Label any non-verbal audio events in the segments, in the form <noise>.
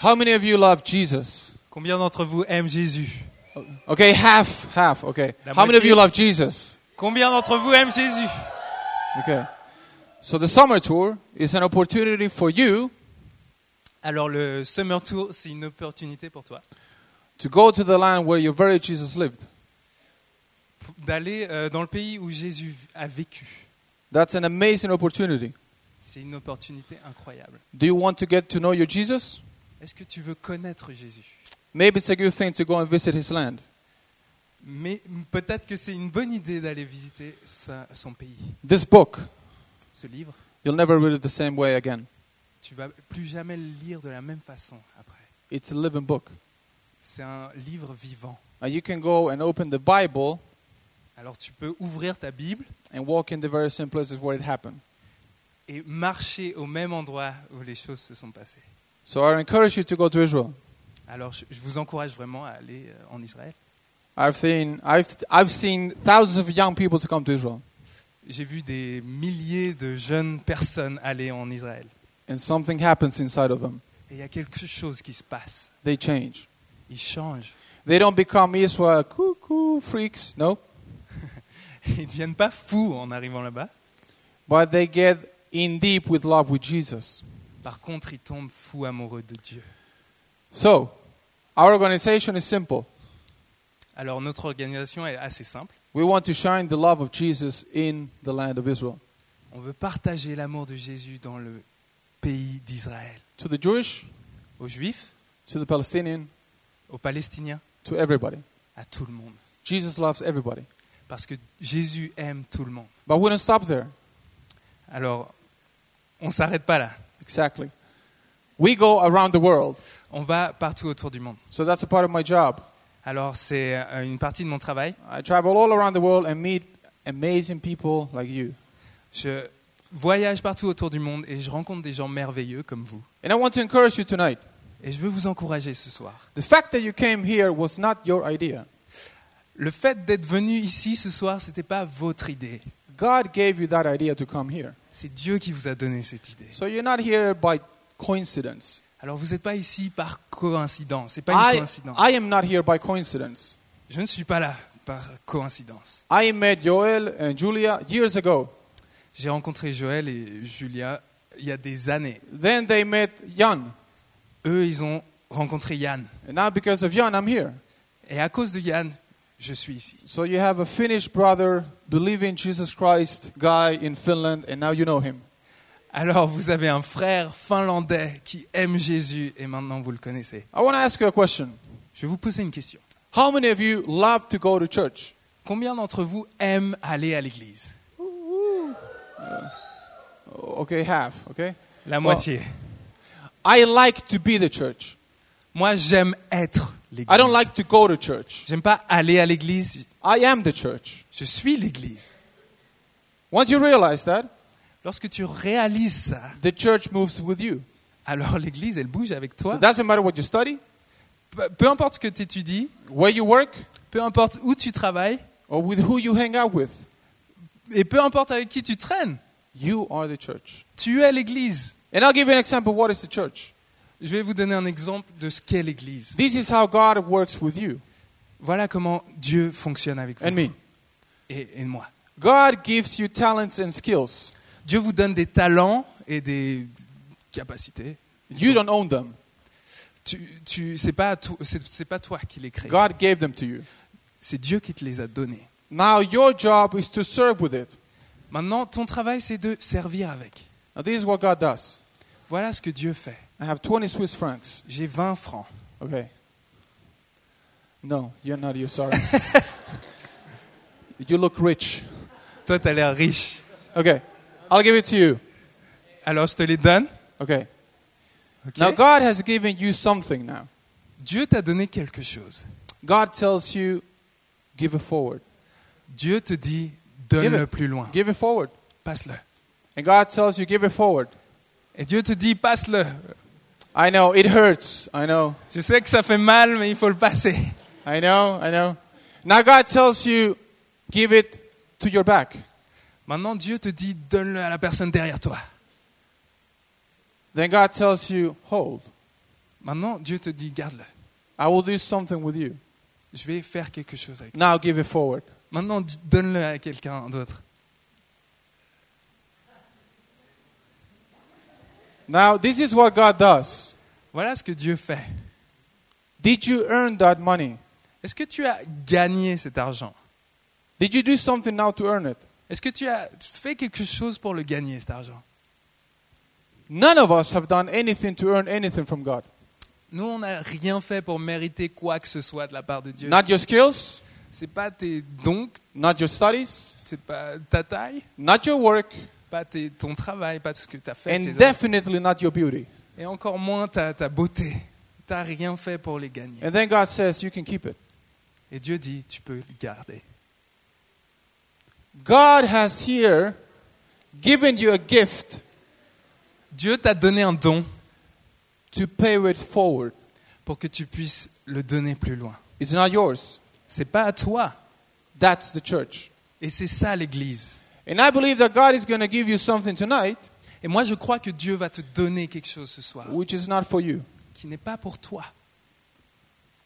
How many of you love Jesus? Combien d'entre vous aiment Jésus Okay, half, half. Okay. La How many of moitié. you love Jesus? Combien d'entre vous aiment Jésus Okay. So the summer tour is an opportunity for you Alors le Summer Tour, c'est une opportunité pour toi to go to the land where your very Jesus lived. p- d'aller euh, dans le pays où Jésus a vécu. That's an amazing opportunity. C'est une opportunité incroyable. Do you want to get to know your Jesus? Est-ce que tu veux connaître Jésus Maybe it's a good thing to go and visit his land. Mais m- peut-être que c'est une bonne idée d'aller visiter sa- son pays. This book, Ce livre, you'll never read it the same way again. tu vas plus jamais le lire de la même façon après. It's a living book. C'est un livre vivant. And you can go and open the Bible Alors tu peux ouvrir ta Bible and walk in the very same places where it happened. et marcher au même endroit où les choses se sont passées. So I encourage you to go to Israel. Alors je, je vous encourage vraiment à aller euh, en Israël. I've seen, I've, I've seen thousands of young people to come to Israel. J'ai vu des milliers de jeunes personnes aller en Israël. And something happens inside of them. Et il y a quelque chose qui se passe. They change. Ils changent. <laughs> They don't become Israel cuckoo freaks, no. Ils ne deviennent pas fous en arrivant là-bas. But they get in deep with love with Jesus. Par contre, ils tombent fous amoureux de Dieu. So, our organization is simple. Alors notre organisation est assez simple. We want to shine the love of Jesus in the land of Israel. On veut partager l'amour de Jésus dans le pays d'Israël. To the Jewish, Aux Juifs, to the Palestinian, aux Palestiniens, to everybody. à tout le monde. Jesus loves everybody. Parce que Jésus aime tout le monde. But we don't stop there. Alors, on ne s'arrête pas là. Exactly. We go around the world. On va partout autour du monde. So that's a part of my job. Alors c'est euh, une partie de mon travail. I travel all around the world and meet amazing people like you. Je voyage partout autour du monde et je rencontre des gens merveilleux comme vous. And I want to encourage you tonight. Et je veux vous encourager ce soir. The fact that you came here was not your idea. Le fait d'être venu ici ce soir, ce n'était pas votre idée. God gave you that idea to come here. C'est Dieu qui vous a donné cette idée. So you're not here by coincidence. Alors vous n'êtes pas ici par coïncidence. C'est pas une I, coïncidence. I am not here by coincidence. Je ne suis pas là par coïncidence. I met Joel and Julia years ago. J'ai rencontré Joël et Julia il y a des années. Then they met Jan. Eux, ils ont rencontré Yann. And now because of Jan, I'm here. Et à cause de Yann, je suis ici. So you have a Finnish brother believing Jesus Christ guy in Finland, and now you know him. Alors vous avez un frère finlandais qui aime Jésus et maintenant vous le connaissez. I want to ask you a question. Je vais vous poser une question. How many of you love to go to church? Combien d'entre vous aiment aller à l'église Okay, half, okay? La moitié. I like to be the church. Moi, j'aime être l'église. I don't like to go to church. J'aime pas aller à l'église, I am the church. je suis l'église. Once you realize that, Lorsque tu réalises ça, the church moves with you. alors l'église, elle bouge avec So toi. it doesn't matter what you study, Peu, peu importe ce que tu étudies, where you work, peu importe où tu travailles, or with who you hang out with. et peu importe avec qui tu traînes, You are the church. tu es l'église. And I'll give you an example. What is the church? Je vais vous donner un exemple de ce qu'est l'église. This is how God works with you Voilà comment Dieu fonctionne avec vous and me. et, et moi. God gives you talents and skills. Dieu vous donne des talents et des capacités. You don't own them. Tu, tu, c'est pas, to- c'est- c'est pas toi qui les crée. God gave them to you. C'est Dieu qui te les a donnés. Now your job is to serve with it. Maintenant, ton travail, c'est de servir avec. Now this is what God does. Voilà ce que Dieu fait. I have 20 Swiss francs. J'ai 20 francs. Okay. No, you're not. You're sorry. you look rich. Toi, t'as l'air riche. Okay. I'll give it to you. Alors, je te les donne. Okay. ok Now God has given you something now. Dieu t'a donné quelque chose. God tells you, give it forward. Dieu te dit, Give donne-le it. plus loin. Give it forward. Passe-le. And God tells you, give it forward. Et Dieu te dit, passe-le. I know, it hurts. I know. Je sais que ça fait mal, mais il faut le passer. I know, I know. Now God tells you, give it to your back. Maintenant, Dieu te dit, donne-le à la personne derrière toi. Then God tells you, hold. Maintenant, Dieu te dit, garde-le. I will do something with you. Je vais faire quelque chose avec. Now give it forward. Maintenant, d- donne-le à quelqu'un d'autre. Now, this is what God does. Voilà ce que Dieu fait. Did you earn that money? Est-ce que tu as gagné cet argent Did you do something now to earn it? Est-ce que tu as fait quelque chose pour le gagner, cet argent None of us have done anything to earn anything from God. Nous, on n'a rien fait pour mériter quoi que ce soit de la part de Dieu. Not your skills, C'est pas tes dons, not your studies, c'est pas ta taille, not your work, pas tes- ton travail, pas tout ce que tu as fait. and tes œuvres. definitely not your beauty. Et encore moins ta, ta beauté. Tu n'as rien fait pour les gagner. And then God says, You can keep it. Et Dieu dit, tu peux le garder. God has here given you a gift Dieu t'a donné un don to pay it forward. pour que tu puisses le donner plus loin. It's not yours. C'est pas à toi. That's the church. Et c'est ça l'Église. And I believe that God is going to give you something tonight, Et moi, je crois que Dieu va te donner quelque chose ce soir which is not for you. qui n'est pas pour toi.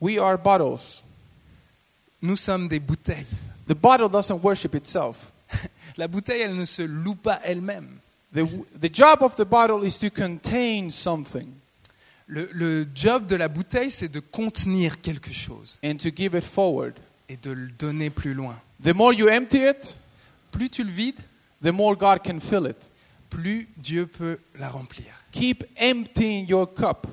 We are bottles. Nous sommes des bouteilles. <laughs> The bottle doesn't worship itself. La bouteille, elle ne se loue pas elle-même. The, the job of the bottle is to contain something Le, le job de la bouteille, c'est de contenir quelque chose and to give it forward. et de le donner plus loin. The more you empty it, Plus tu le vides, the more God can fill it. plus Dieu peut la remplir. Keep emptying your cup.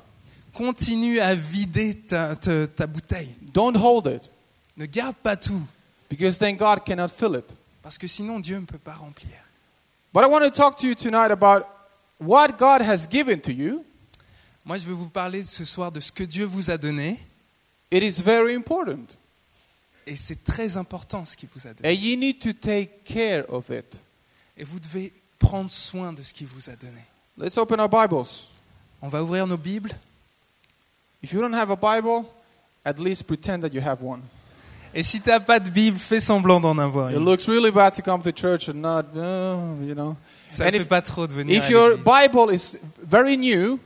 Continue à vider ta, ta- ta bouteille. Don't hold it Ne garde pas tout, because then God cannot fill it. parce que sinon Dieu ne peut pas remplir. But I want to talk to you tonight about what God has given to you. Moi, je vais vous parler ce soir de ce que Dieu vous a donné, It is very important, et c'est très important ce qu'il vous a donné. and you need to take care of it. Et vous devez prendre soin de ce qu'il vous a donné. Let's open our Bibles. On va ouvrir nos Bibles. If you don't have a Bible, at least pretend that you have one. Et si t'as pas de Bible, fais semblant d'en avoir It une. looks really bad to come to church and not, uh, you know. Ça And fait if- pas trop de venir. à If your l'église. Bible is very new,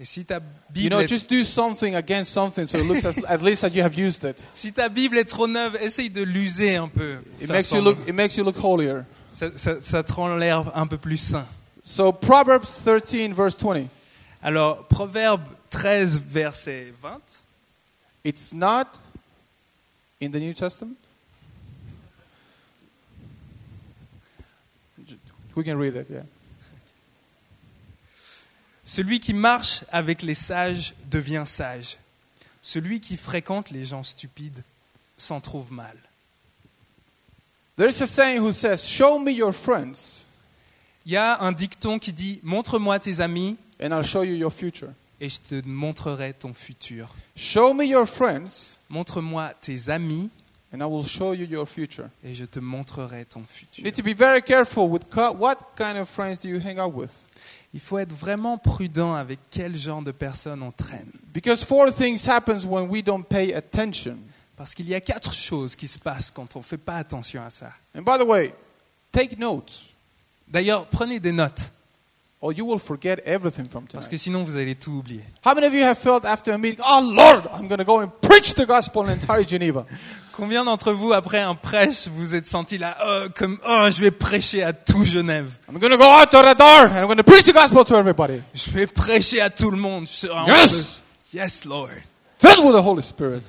Et si ta you Bible, know, est... just do something against something so it looks as, at least that you have used it. si ta Bible est trop neuve, essaye de l'user un peu. It Faire makes you semblant. look. It makes you look holier. Ça, ça- ça te rend l'air un peu plus sain. So Proverbs 13 verse 20. Alors, Proverbe 13, verset 20. It's not in the New Testament. We can read it. Yeah. Celui qui marche avec les sages devient sage. Celui qui fréquente les gens stupides s'en trouve mal. There's a saying who says, "Show me your friends, Il y a un dicton qui dit Montre-moi tes amis and I'll show you your future." et je te montrerai ton futur. Show me your friends, Montre-moi tes amis and I will show you your future. et je te montrerai ton You futur. need to be very careful with co- what kind of friends do you hang out with, Il faut être vraiment prudent avec quel genre de personnes on traîne. because four things happens when we don't pay attention. Parce qu'il y a quatre choses qui se passent quand on ne fait pas attention à ça. And by the way, take notes, D'ailleurs, prenez des notes, or you will forget everything from tonight. parce que sinon vous allez tout oublier. How many of you have felt after a meeting, oh Lord, I'm going to go and preach the gospel in entire Geneva? Combien d'entre vous, après un prêche, vous êtes senti là, oh, comme, oh, je vais prêcher à tout Genève. I'm going to go out to Radar and I'm going to preach the gospel to everybody. Je vais prêcher à tout le monde. Je serai un Yes! peu- Yes, Lord. Filled with the Holy Spirit.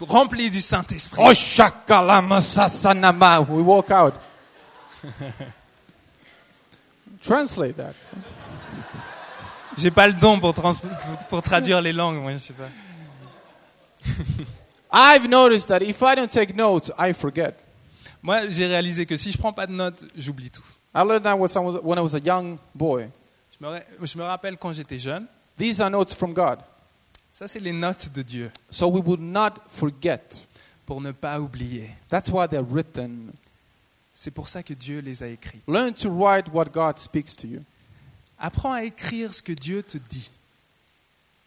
Rempli du Saint-Esprit. <laughs> Oh, shakalama sasanama. We walk out. <laughs> Translate that. J'ai pas le don pour, trans- pour- pour traduire les langues, moi, je sais pas. I've noticed that if I don't take notes, I forget. Moi, j'ai réalisé que si je prends pas de notes, j'oublie tout. I learned that when I was, when I was a young boy. Je me, ra- je me rappelle quand j'étais jeune. These are notes from God. Ça, c'est les notes de Dieu So we would not forget. pour ne pas oublier. That's why they're written. C'est pour ça que Dieu les a écrites. Learn to write what God speaks to you. Apprends à écrire ce que Dieu te dit.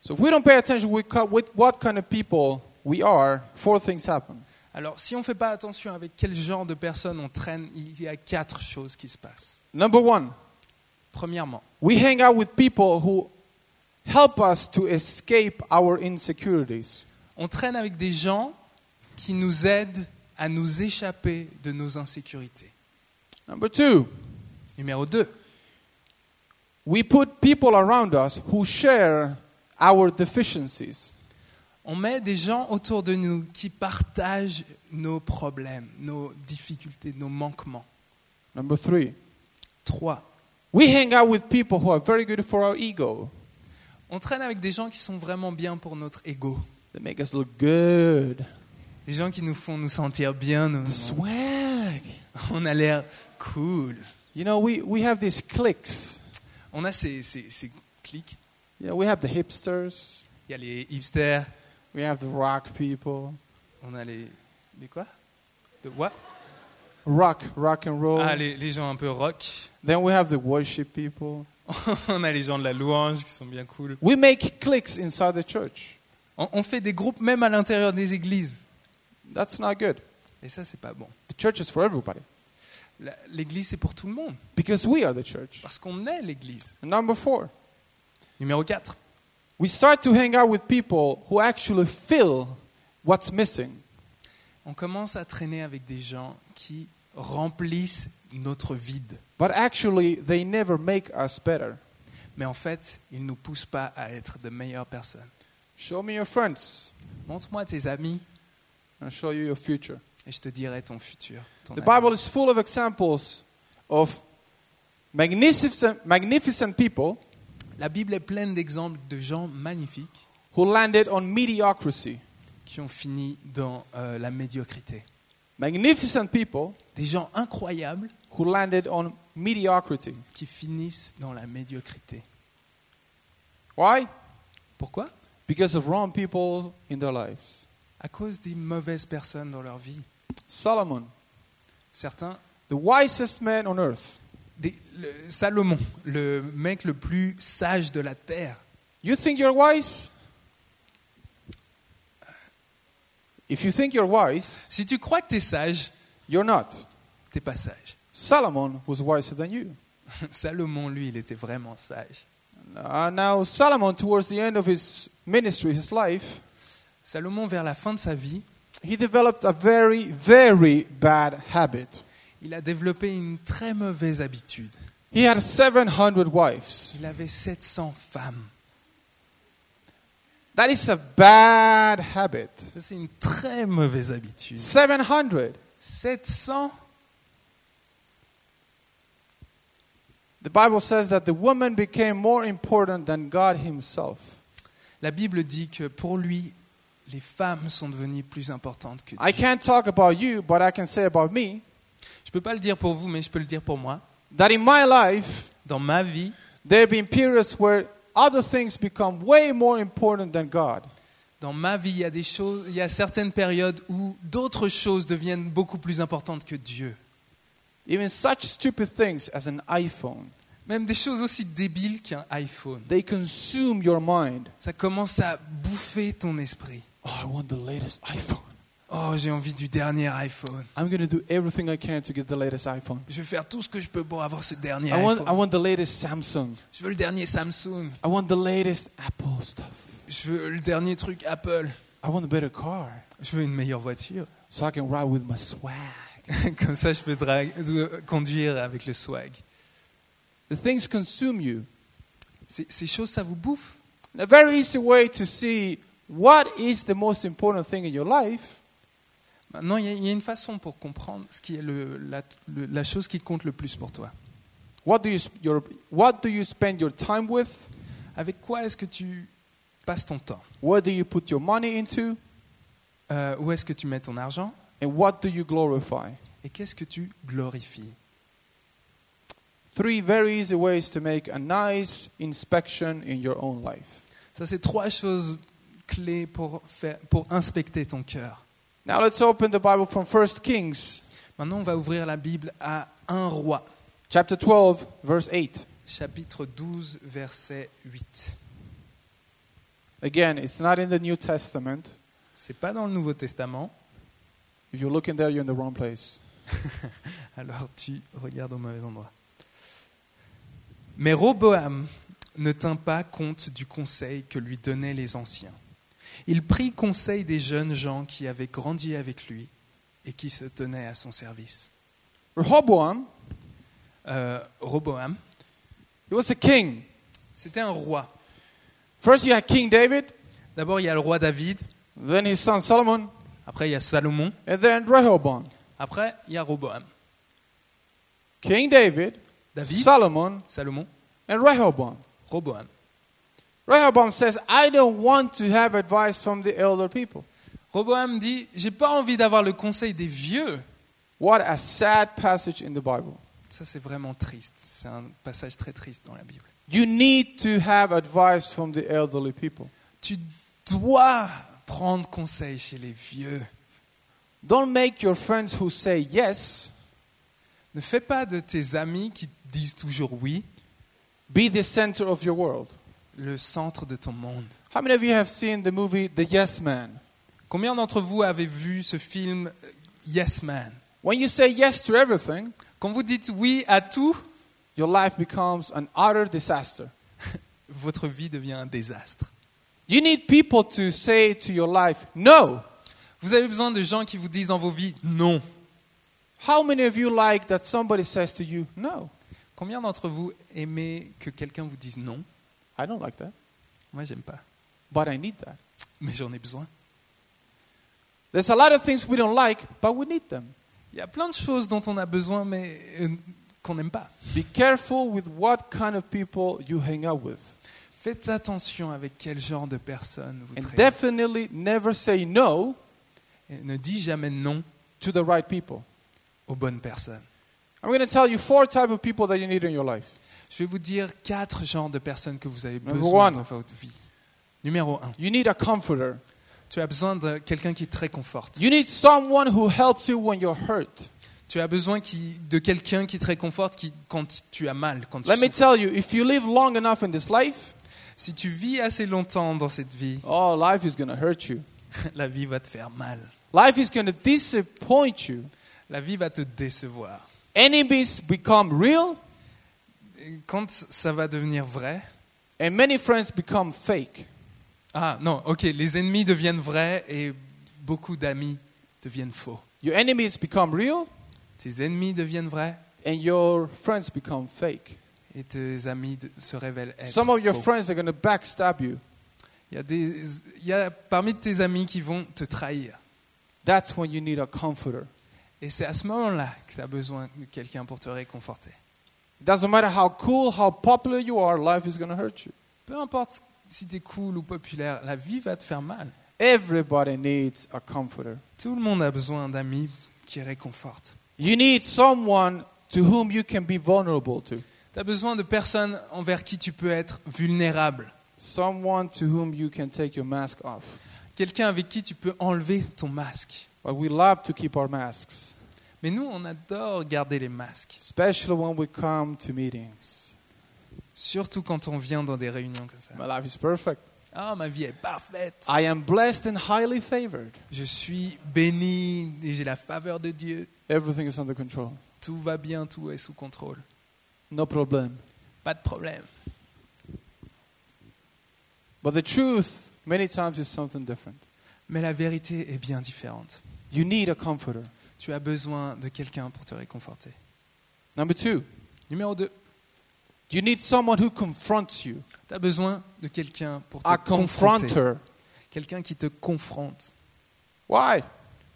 So if we don't pay attention with, co- with what kind of people we are, four things happen. Alors, si on ne fait pas attention avec quel genre de personnes on traîne, il y a quatre choses qui se passent. Number one, Premièrement, we hang out with people who Help us to escape our insecurities. On traîne avec des gens qui nous aident à nous échapper de nos insécurités. Number two, Numéro 2, we put people around us who share our deficiencies. on met des gens autour de nous qui partagent nos problèmes, nos difficultés, nos manquements. Number three, 3. we hang out with people who are very good for our ego. On traîne avec des gens qui sont vraiment bien pour notre ego. They make us look good. Des gens qui nous font nous sentir bien. nous- The swag. on a l'air cool. You know, we, we have these cliques. On a ces, ces, ces clics. Yeah, we have the hipsters. Il y a les hipsters, We have the rock people. on a les. Les quoi De what Rock, rock and roll. Ah, les, les gens un peu rock. <laughs> Then we have the worship people. on a les gens de la louange qui sont bien cool. We make cliques inside the church. On, on fait des groupes même à l'intérieur des églises. That's not good. Et ça, c'est pas bon. The church is for everybody La- L'église, c'est pour tout le monde. because we are the church. Parce qu'on est l'église. And number four, Numéro 4. we start to hang out with people who actually fill what's missing. On commence à traîner avec des gens qui remplissent notre vide. But actually, they never make us better. Mais en fait, ils ne nous poussent pas à être de meilleures personnes. Show me your friends, Montre-moi tes amis and I'll show you your future. et je te dirai ton futur. ton The avenir. Bible is full of examples of magnificent, magnificent people La Bible est pleine d'exemples de gens magnifiques who landed on mediocrity, qui ont fini dans euh, la médiocrité. magnificent people Des gens incroyables who landed on mediocrity. qui finissent dans la médiocrité. Why? Pourquoi Because of wrong people in their lives. À cause des mauvaises personnes dans leur vie. Solomon, Certains, the wisest man on earth. des- le- Salomon, le mec le plus sage de la terre. You think you're wise? If you think you're wise, Si tu crois que tu es sage, you're not. t'es pas sage. <laughs> Solomon was wiser than you. Salomon, lui, il était vraiment sage. Uh, now, Solomon, towards the end of his ministry, his life, Salomon, vers la fin de sa vie, he developed a very, very bad habit. il a développé une très mauvaise habitude. He had 700 wives. Il avait 700 femmes. That is a bad habit. Ça, C'est une très mauvaise habitude. 700. 700 The Bible says that the woman became more important than God Himself. La Bible dit que pour lui, les femmes sont devenues plus importantes que Dieu. I can't talk about you, but I can say about me Je ne peux pas le dire pour vous, mais je peux le dire pour moi. that in my life, Dans ma vie, there have been periods where other things become way more important than God. dans ma vie, il y a des choses, il y a certaines périodes où d'autres choses deviennent beaucoup plus importantes que Dieu. Even such stupid things as an iPhone, Même des choses aussi débiles qu'un iPhone. they consume your mind. Ça commence à bouffer ton esprit. Oh, I want the latest iPhone. Oh, j'ai envie du dernier iPhone. I'm going to do everything I can to get the latest iPhone. Je vais faire tout ce que je peux pour avoir ce dernier I want, I iPhone. want the latest Samsung. Je veux le dernier Samsung. I want the latest Apple stuff. Je veux le dernier truc Apple. I want a better car Je veux une meilleure voiture. <laughs> so I can ride with my swag. Comme ça, je peux dra- euh, conduire avec le swag. The things consume you. Ces, ces choses, ça vous bouffe. A very easy way to see what is the most important thing in your life Maintenant, il y, a- il y a une façon pour comprendre ce qui est le- la, le- la chose qui compte le plus pour toi. What do you, sp- your, what do you spend your time with? Avec quoi est-ce que tu passes ton temps Where do you put your money into? Euh, Où est-ce que tu mets ton argent And what do you glorify? Et qu'est-ce que tu glorifies Three very easy ways to make a nice inspection in your own life. Ça, c'est trois choses clés pour, faire, pour inspecter ton cœur. Now let's open the Bible from 1 Kings Maintenant, on va ouvrir la Bible à un roi, chapter 12, verse 8. chapitre 12, verset 8. Again, it's not in the New Testament. C'est pas dans le Nouveau Testament, If you're looking there, you're in the wrong place. alors tu regardes au mauvais endroit. Mais Roboam, ne tint pas compte du conseil que lui donnaient les anciens. Il prit conseil des jeunes gens qui avaient grandi avec lui et qui se tenaient à son service. Rehoboam, Euh, Roboam, he was a king. c'était un roi. First you had King David, D'abord, il y a le roi David, then his son Solomon, après, il y a Salomon, and then Rehoboam. après, il y a Roboam. King David, David, Solomon, Salomon, and Rehoboam. Roboam. Rehoboam says, I don't want to have advice from the elder people. Roboam dit J'ai pas envie d'avoir le conseil des vieux. What a sad passage in the Bible. Ça, c'est vraiment triste. C'est un passage très triste dans la Bible. You need to have advice from the elderly people. Tu dois prendre conseil chez les vieux. Don't make your friends who say yes Ne fais pas de tes amis qui te disent toujours oui be the center of your world. le centre de ton monde. How many of you have seen the movie The Yes Man? Combien d'entre vous avez vu ce film euh, Yes Man When you say yes to everything, Quand vous dites oui à tout, your life becomes an utter disaster. votre vie devient un désastre. You need people to say to your life, no. Vous avez besoin de gens qui vous disent dans vos vies non. How many of you like that somebody says to you, no? Combien d'entre vous aimez que quelqu'un vous dise non I don't like that, Moi, j'aime pas, but I need that. mais j'en ai besoin. There's a lot of things we don't like, but we need them. Il y a plein de choses dont on a besoin, mais euh, qu'on n'aime pas. Be careful with what kind of people you hang out with. Faites attention avec quel genre de personnes vous And traitez. definitely never say no Et Ne dis jamais non to the right people. aux bonnes personnes. I'm going to tell you four type of people that you need in your life. Je vais vous dire quatre genres de personnes que vous avez Number besoin one. dans votre vie. Numéro un, You need a comforter. tu as besoin de quelqu'un qui te réconforte. You need someone who helps you when you're hurt. Tu as besoin qui- de quelqu'un qui te réconforte qui, quand tu as mal. Quand tu Let me souffres. tell you, if you live long enough in this life, si tu vis assez longtemps dans cette vie, <laughs> oh, life is going to hurt you. la vie va te faire mal. Life is going to disappoint you. La vie va te décevoir. Enemies become real, Et Quand ça va devenir vrai, and many friends become fake. Ah non, ok, les ennemis deviennent vrais et beaucoup d'amis deviennent faux. Your enemies become real, Tes ennemis deviennent vrais and your friends become fake. et tes amis de- se révèlent être Some of your faux. friends are going to backstab you. Il y, a des, il y a parmi tes amis qui vont te trahir. That's when you need a comforter. Et c'est à ce moment-là que tu as besoin de quelqu'un pour te réconforter. It doesn't matter how cool, how popular you are, life is going to hurt you. Peu importe si tu es cool ou populaire, la vie va te faire mal. Everybody needs a comforter. Tout le monde a besoin d'amis qui réconfortent. You need someone to whom you can be vulnerable to, Tu as besoin de personnes envers qui tu peux être vulnérable. someone to whom you can take your mask off. Quelqu'un avec qui tu peux enlever ton masque. But we love to keep our masks, Mais nous, on adore garder les masques, especially when we come to meetings. surtout quand on vient dans des réunions comme ça. My life is perfect. Ah, ma vie est parfaite. I am blessed and highly favored. Je suis béni et j'ai la faveur de Dieu. Everything is under control. Tout va bien, tout est sous contrôle. No problem. Pas de problème. But the truth, many times, is something different. Mais la vérité est bien différente. You need a comforter. Tu as besoin de quelqu'un pour te réconforter. Number two, Numéro 2, you need someone who confronts you. tu as besoin de quelqu'un pour te A confronter. confronter. Quelqu'un qui te confronte. Why?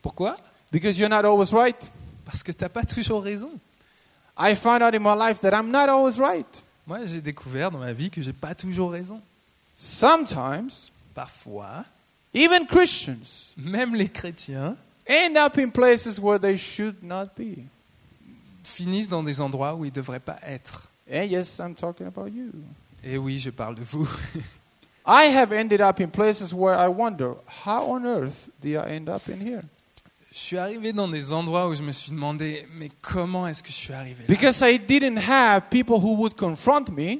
Pourquoi Because you're not always right. Parce que tu n'as pas toujours raison. I found out in my life that I'm not always right. Moi, j'ai découvert dans ma vie que j'ai pas toujours raison. Sometimes, Parfois, even Christians même les chrétiens end up in places where they should not be. finissent dans des endroits où ils ne devraient pas être. And yes, I'm talking about you. Et oui, je parle de vous. <laughs> I have ended up in places where I wonder, how on earth did I end up in here? Je suis arrivé dans des endroits où je me suis demandé, mais comment est-ce que je suis arrivé là Because I didn't have people who would confront me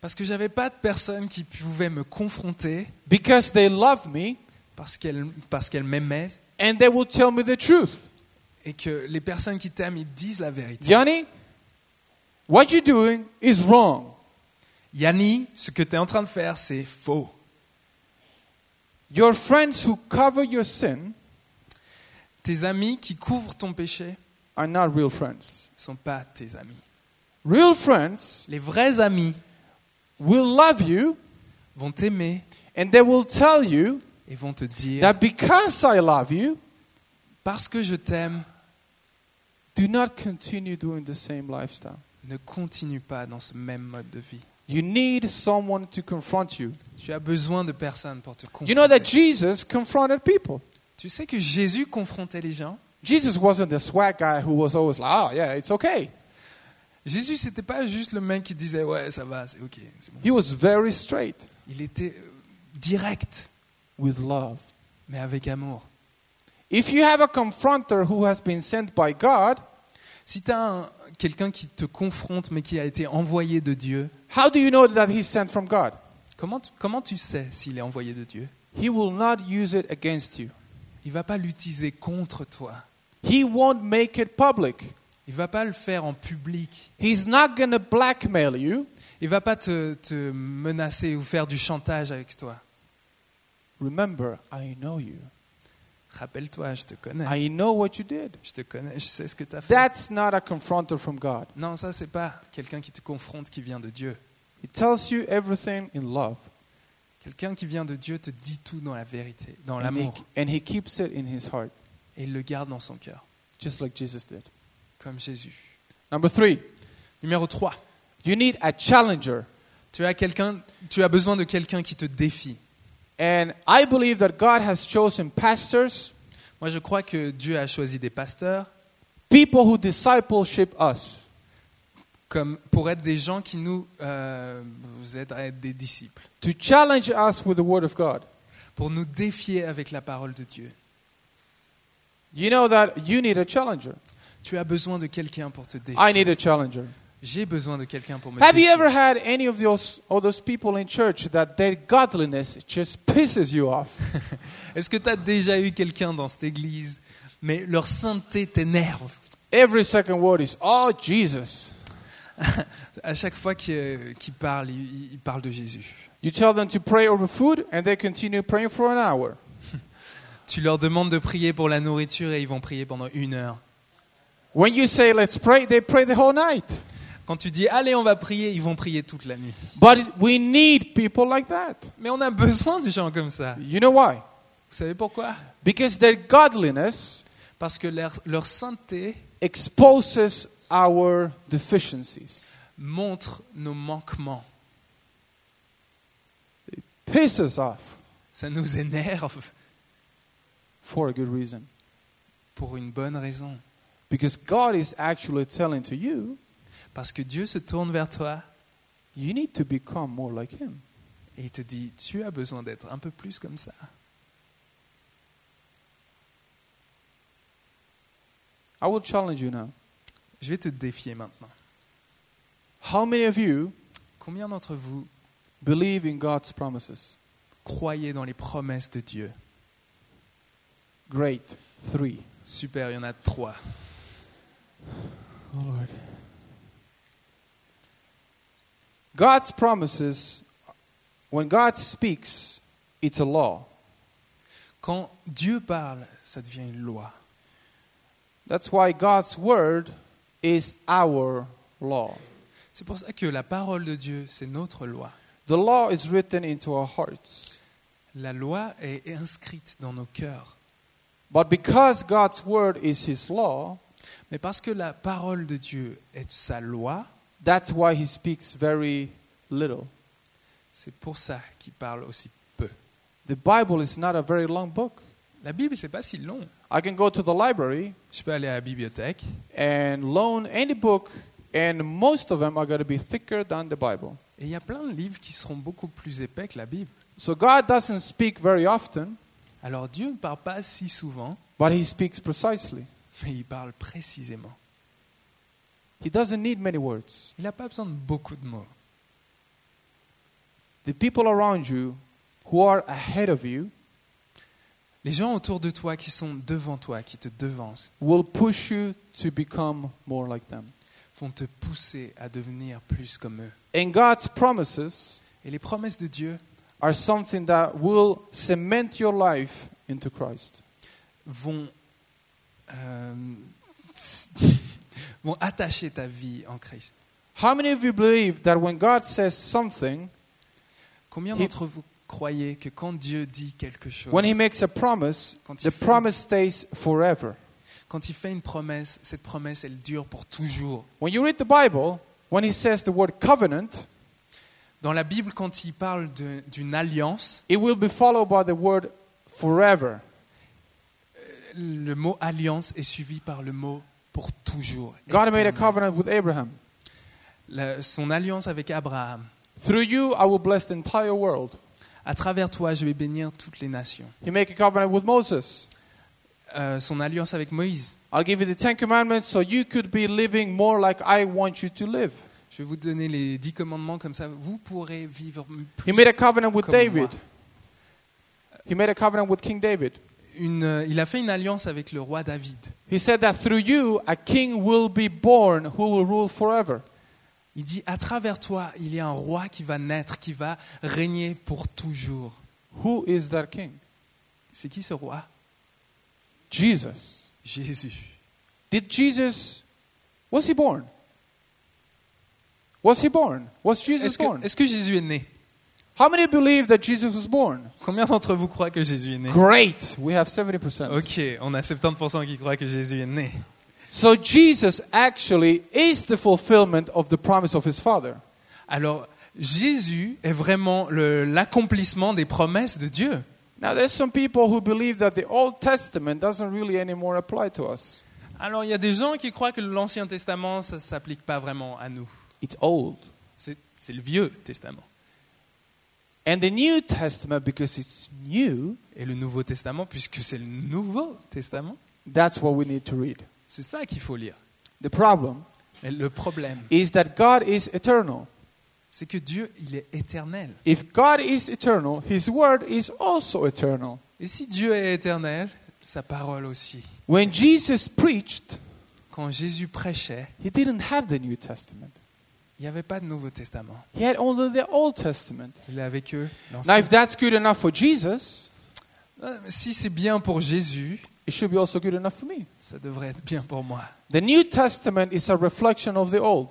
Parce que j'avais pas de personne qui pouvait me confronter because they love me parce qu'elle parce qu'elle m'aimait and they will tell me the truth. et que les personnes qui t'aiment ils disent la vérité. Johnny, what you're doing is wrong. Yanni, ce que tu es en train de faire, c'est faux. Your friends who cover your sin Tes amis qui couvrent ton péché are not real friends. ne sont pas tes amis. Real friends Les vrais amis will love you vont t'aimer and they will tell you et vont te dire that because I love you, Parce que je t'aime, do not continue doing the same lifestyle. ne continue pas dans ce même mode de vie. You need someone to confront you. Tu as besoin de personnes pour te You know that confronter. Jesus confronted people. Tu sais que Jésus confrontait les gens. Jesus wasn't the swag guy who was always like, oh, yeah, it's okay. Jésus, c'était pas juste le mec qui disait ouais, ça va, c'est ok, c'est bon. He was very straight Il était euh, direct, with love. mais avec amour. If you have a confronter who has been sent by God, Si tu as quelqu'un qui te confronte mais qui a été envoyé de Dieu, how do you know that he's sent from God? comment tu, comment tu sais s'il est envoyé de Dieu He will not use it against you. Il va pas l'utiliser contre toi. He won't make it public. Il va pas le faire en public. He's not going to blackmail you. Il va pas te- te menacer ou faire du chantage avec toi. Remember, I know you. Rappelle-toi, je te connais. I know what you did. Je te connais, je sais ce que tu as fait. That's not a confronter from God. Non, ça, c'est pas quelqu'un qui te confronte qui vient de Dieu. He tells you everything in love. Quelqu'un qui vient de Dieu te dit tout dans la vérité, dans And he, l'amour. and he keeps it in his heart, Et il le garde dans son cœur, just like Jesus did. comme Jésus. Number three, Numéro 3. you need a challenger. Tu as, quelqu'un, tu as besoin de quelqu'un qui te défie. And I believe that God has chosen pastors, Moi, je crois que Dieu a choisi des pasteurs people who discipleship us. comme, pour être des gens qui nous euh, vous aident à être des disciples, to challenge us with the Word of God. pour nous défier avec la parole de Dieu. You know that you need a challenger. Tu as besoin de quelqu'un pour te défier. I need a challenger. J'ai besoin de quelqu'un pour me Have you défier. ever had any of those, all those people in church that their godliness just pisses you off? Est-ce que tu as déjà eu quelqu'un dans cette église, mais leur sainteté t'énerve Every second word is, oh, Jesus. À chaque fois qu'il qu'il parle, il, il parle de Jésus. You tell them to pray over food and they continue praying for an hour. Tu leur demandes de prier pour la nourriture et ils vont prier pendant une heure. When you say, let's pray, they pray the whole night. Quand tu dis allez, on va prier, ils vont prier toute la nuit. But we need people like that. Mais on a besoin de gens comme ça. Vous You know why? savez pourquoi Because their godliness Parce que leur, leur sainteté exposes our deficiencies, montre nos manquements. pisses off. Ça nous énerve for a good reason. pour une bonne raison. Because God is actually telling to you, Parce que Dieu se tourne vers toi you need to become more like Him. et il te dit tu as besoin d'être un peu plus comme ça. I will challenge you now. Je vais te défier maintenant. How many of you Combien d'entre vous believe in God's promises? croyez dans les promesses de Dieu Great. Three. Super, il y en a trois. Oh Lord. God's promises, when God speaks, it's a law. Quand Dieu parle, ça devient une loi. That's why God's word is our law. C'est pour ça que la parole de Dieu, c'est notre loi. The law is written into our hearts. La loi est inscrite dans nos cœurs. But because God's word is His law, Mais parce que la parole de Dieu est sa loi, That's why he speaks very little. c'est pour ça qu'il parle aussi peu. The Bible is not a very long book. La Bible, c'est pas si long. I can go to the library Je peux aller à la bibliothèque and loan any book, and most of them are going to be thicker than the Bible. et il y a plein de livres qui seront beaucoup plus épais que la Bible. So God doesn't speak very often, Alors Dieu ne parle pas si souvent, but he speaks precisely. mais il parle précisément. He doesn't need many words. Il n'a pas besoin de beaucoup de mots. The people around you who are ahead of you Les gens autour de toi qui sont devant toi, qui te devancent, will push you to become more like them. vont te pousser à devenir plus comme eux. And God's promises Et les promesses de Dieu are something that will cement your life into Christ. vont, euh, <laughs> vont attacher ta vie en Christ. How many of you believe that when God says something, Combien Et- d'entre vous croyez que quand Dieu dit quelque chose, when He makes a promise, Quand il the fait- promise stays forever? quand il fait une promesse, cette promesse, elle dure pour toujours When you read the Bible, when He says the word covenant, Dans la Bible, quand il parle de- d'une alliance, it will be followed by the word forever. le mot alliance est suivi par le mot pour toujours. God made a Éternel. covenant with Abraham. La- son alliance avec Abraham. Through you, I will bless the entire world. À travers toi, je vais bénir toutes les nations. He make a covenant with Moses. Euh, son alliance avec Moïse. I'll give you the Ten Commandments so you could be living more like I want you to live. Je vais vous donner les dix commandements comme ça. Vous pourrez vivre He plus. made a covenant with Comme moi. David. He made a covenant with King David. Une, euh, il a fait une alliance avec le roi David. He said that through you a king will be born who will rule forever. Il dit, à travers toi, il y a un roi qui va naître, qui va régner pour toujours. Who is that king? C'est qui ce roi Jesus. Jésus. Did Jesus was he born? Was he born? Was Jesus Est-ce que, born? est-ce que Jésus est né How many believe that Jesus was born? Combien d'entre vous croient que Jésus est né Great. We have 70%. Ok, on a 70% qui croient que Jésus est né. So Jesus actually is the fulfillment of the promise of his father. Alors, Jésus est vraiment le- l'accomplissement des promesses de Dieu. Now there's some people who believe that the Old Testament doesn't really anymore apply to us. Alors, il y a des gens qui croient que l'Ancien Testament, ça ne s'applique pas vraiment à nous. It's old. C'est c'est le Vieux Testament. And the New Testament because it's new, Et le Nouveau Testament, puisque c'est le Nouveau Testament, that's what we need to read. c'est ça qu'il faut lire. The problem Mais le problème, is that God is eternal. c'est que Dieu, il est éternel. If God is eternal, his word is also eternal. Et si Dieu est éternel, sa parole aussi. When Jesus preached, Quand Jésus prêchait, he didn't have the New Testament. il n'y avait pas de Nouveau Testament. He had only the Old Testament. Il avait que Now l'Ancien if that's good enough for Jesus, Euh, Si c'est bien pour Jésus, it should be also good enough for me. ça devrait être bien pour moi. The New Testament is a reflection of the Old.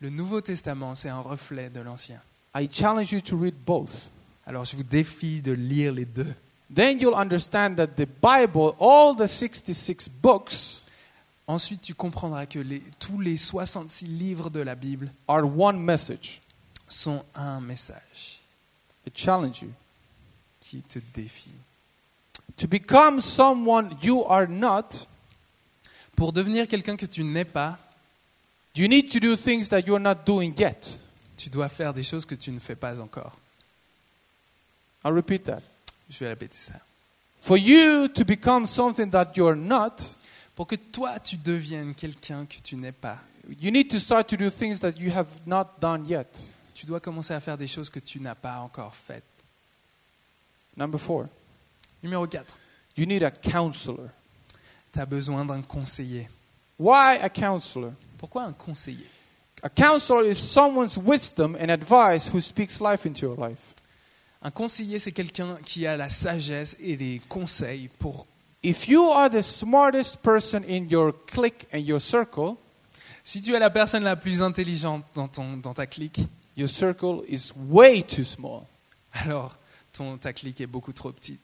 Le Nouveau Testament, c'est un reflet de l'Ancien. I challenge you to read both. Alors je vous défie de lire les deux. Then you'll understand that the Bible, all the 66 books, Ensuite, tu comprendras que les- tous les 66 livres de la Bible are one message. sont un message I challenge you qui te défie. to become someone you are not. Pour devenir quelqu'un que tu n'es pas, You need to do things that you're not doing yet. tu dois faire des choses que tu ne fais pas encore. I'll repeat that. Je vais répéter ça. For you to become something that you're not, Pour que toi, tu deviennes quelqu'un que tu n'es pas, you need to start to do things that you have not done yet. tu dois commencer à faire des choses que tu n'as pas encore faites. Number four, Numéro 4, you need a counselor. tu as besoin d'un conseiller. Why a counselor? Pourquoi un conseiller A counselor is someone's wisdom and advice who speaks life into your life. Un conseiller, c'est quelqu'un qui a la sagesse et les conseils pour. If you are the smartest person in your clique and your circle, Si tu es la personne la plus intelligente dans, ton, dans ta clique, your circle is way too small. alors ton, ta clique est beaucoup trop petite.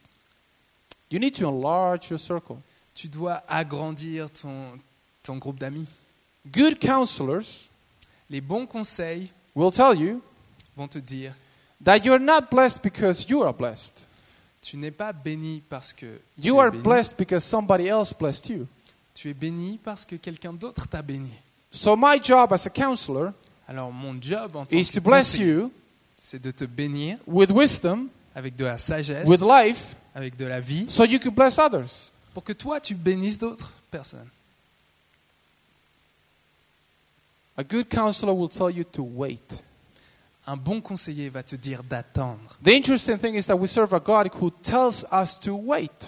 You need to enlarge your circle. Tu dois agrandir ton, ton groupe d'amis. Good counselors Les bons conseils will tell you vont te dire that you're not blessed because you are blessed. tu n'es pas béni parce que. tu You es are béni. blessed because somebody else blessed you. Tu es béni parce que quelqu'un d'autre t'a béni. So my job as a counselor Alors mon job en tant is que to bless conseiller, you c'est de te bénir with wisdom, avec de la sagesse, with life, avec de la vie, so you can bless others. pour que toi tu bénisses d'autres personnes. A good counselor will tell you to wait. Un bon conseiller va te dire d'attendre. The interesting thing is that we serve a God who tells us to wait.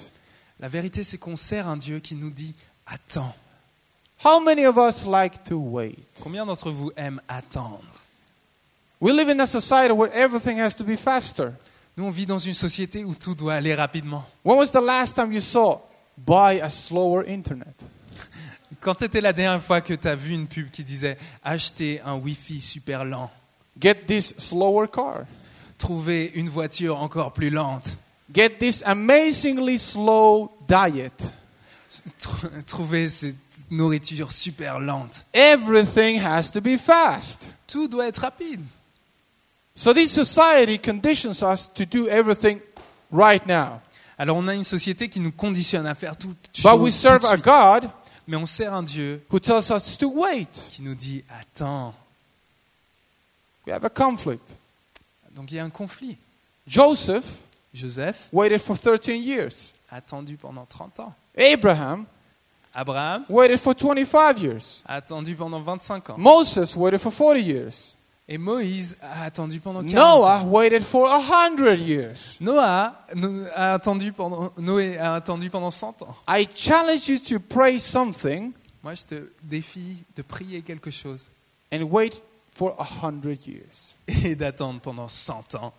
La vérité, c'est qu'on sert un Dieu qui nous dit attends. How many of us like to wait? Combien d'entre vous aiment attendre We live in a society where everything has to be faster. Nous, on vit dans une société où tout doit aller rapidement. When was the last time you saw buy a slower internet? Quand était la dernière fois que tu as vu une pub qui disait acheter un Wi-Fi super lent, Get this slower car. trouver une voiture encore plus lente, Get this amazingly slow diet. tr- trouver cette nourriture super lente Everything has to be fast. Tout doit être rapide. So this society conditions us to do everything right now. Alors on a une société qui nous conditionne à faire tout. But we serve a God Mais on sert un Dieu who tells us to wait. qui nous dit attends. We have a conflict. Donc il y a un conflit. Joseph Joseph waited for 13 years. a attendu pendant 30 ans. Abraham Abraham waited for 25 years. a attendu pendant 25 ans. Moses waited for 40 years. Et Moïse a attendu pendant 40 Noah ans. waited for 100 years. Noah no- a attendu pendant, Noé a attendu pendant 100 ans. I challenge you to pray something Moi, je te défie de prier quelque chose <laughs> and wait for 100 years. et d'attendre pendant 100 ans.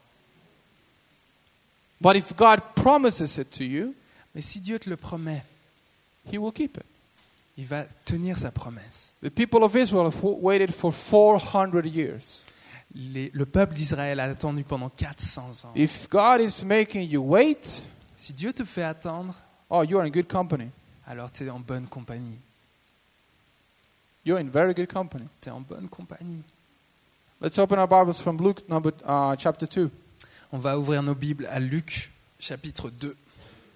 But if God promises it to you, Mais si Dieu te le promet, he will keep it. il va tenir sa promesse. The people of Israel have waited for 400 years. Les- le peuple d'Israël a attendu pendant 400 ans. If God is making you wait, Si Dieu te fait attendre, oh, you're in good company. alors tu es en bonne compagnie. You're in very good company. Tu es en bonne compagnie. Let's open our Bibles from Luke number, uh, chapter 2, On va ouvrir nos Bibles à Luc chapitre 2,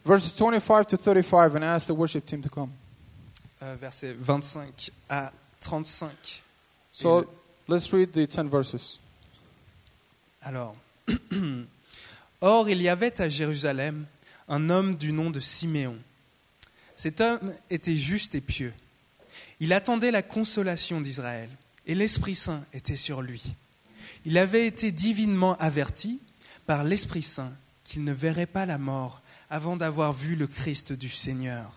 verses 25 to 35, and ask the worship team to come. euh, versets 25 à 35. So Amen. let's read the 10 verses. Alors, <clears throat> or il y avait à Jérusalem un homme du nom de Siméon. Cet homme était juste et pieux. Il attendait la consolation d'Israël, et l'Esprit Saint était sur lui. Il avait été divinement averti par l'Esprit Saint qu'il ne verrait pas la mort avant d'avoir vu le Christ du Seigneur.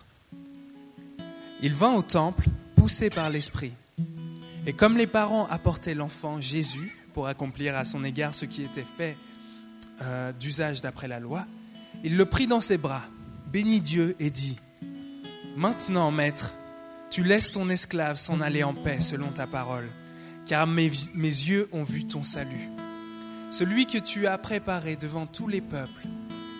Il vint au temple, poussé par l'Esprit. Et comme les parents apportaient l'enfant Jésus pour accomplir à son égard ce qui était fait euh, d'usage d'après la loi, il le prit dans ses bras, bénit Dieu et dit Maintenant, maître, tu laisses ton esclave s'en aller en paix selon ta parole, car mes, mes yeux ont vu ton salut. Celui que tu as préparé devant tous les peuples,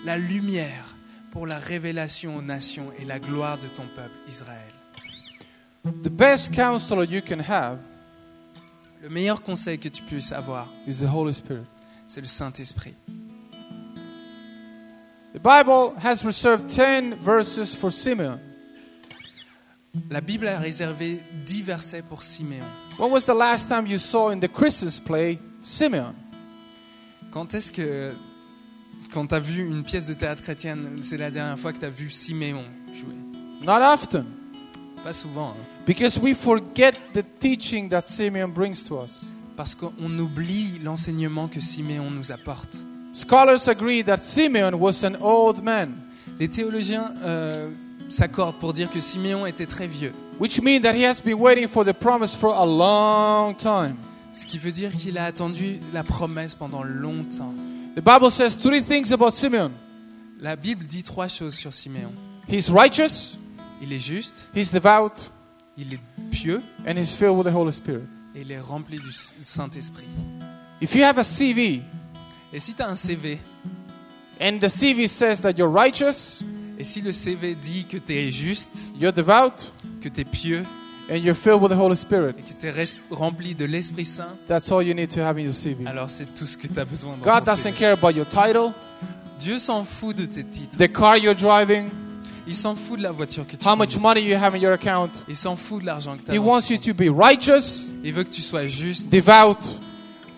la lumière pour la révélation aux nations et la gloire de ton peuple Israël. The best counselor you can have Le meilleur conseil que tu puisses avoir, is the Holy Spirit. c'est le Saint-Esprit. The Bible has reserved 10 verses for Simeon. La Bible a réservé dix versets pour Siméon. When was the last time you saw in the Christmas play Simeon? Quand est-ce que, quand tu as vu une pièce de théâtre chrétienne, c'est la dernière fois que tu as vu Siméon jouer Not often, Pas souvent, hein. because we forget the teaching that Simeon brings to us. parce qu'on oublie l'enseignement que Siméon nous apporte. Scholars agree that Simeon was an old man, Les théologiens euh, s'accordent pour dire que Siméon était très vieux, which means that he has been waiting for the promise for a long time. ce qui veut dire qu'il a attendu la promesse pendant longtemps. The Bible says three things about Simeon La Bible dit trois choses sur Siméon. he's righteous, Il est juste, he's devout, il est pieux and he's filled with the Holy Spirit. et il est rempli du Saint-Esprit. If you have a CV Et si tu as un CV and the CV says that you're righteous, Et si le CV dit que tu es juste, you're devout, que tu es pieux and you're filled with the Holy Spirit, et que tu es res- rempli de l'Esprit Saint, that's all you need to have in your CV. alors c'est tout ce que tu as besoin. dans God ton doesn't CV. care about your title, Dieu s'en fout de tes titres. the car you're driving, Il s'en fout de la voiture que tu how much conduis. money you have in your account. Il s'en fout de l'argent que tu as. He dans wants ton you to compte. be righteous, Il veut que tu sois juste, devout,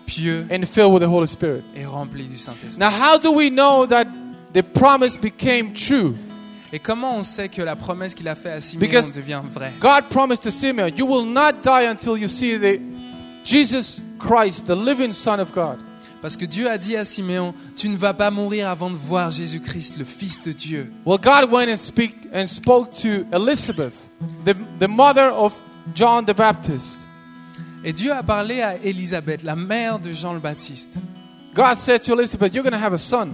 pieux and filled with the Holy Spirit. et rempli du Saint-Esprit. Now, how do we know that the promise became true? Et comment on sait que la promesse qu'il a faite à Simeon Because- devient vraie God promised to Simeon, You will not die until you see the Jesus Christ, the living Son of God. Parce que Dieu a dit à Siméon, tu ne vas pas mourir avant de voir Jésus-Christ, le Fils de Dieu. Well, God went and, speak, and spoke to Elizabeth, the, the mother of John the Baptist. Et Dieu a parlé à Élisabeth, la mère de Jean le Baptiste. God said to Elizabeth, You're going to have a son.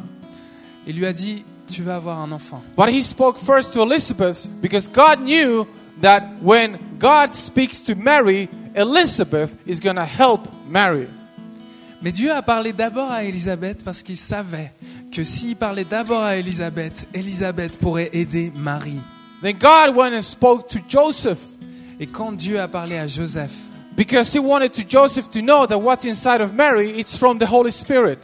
Il lui a dit, tu vas avoir un enfant. But he spoke first to Elizabeth because God knew that when God speaks to Mary, Elizabeth is going to help Mary. Mais Dieu a parlé d'abord à Élisabeth parce qu'il savait que s'il parlait d'abord à Élisabeth, Élisabeth pourrait aider Marie. Then God went and spoke to Joseph Et quand Dieu a parlé à Joseph, because he wanted to Joseph to know that what's inside of Mary it's from the Holy Spirit.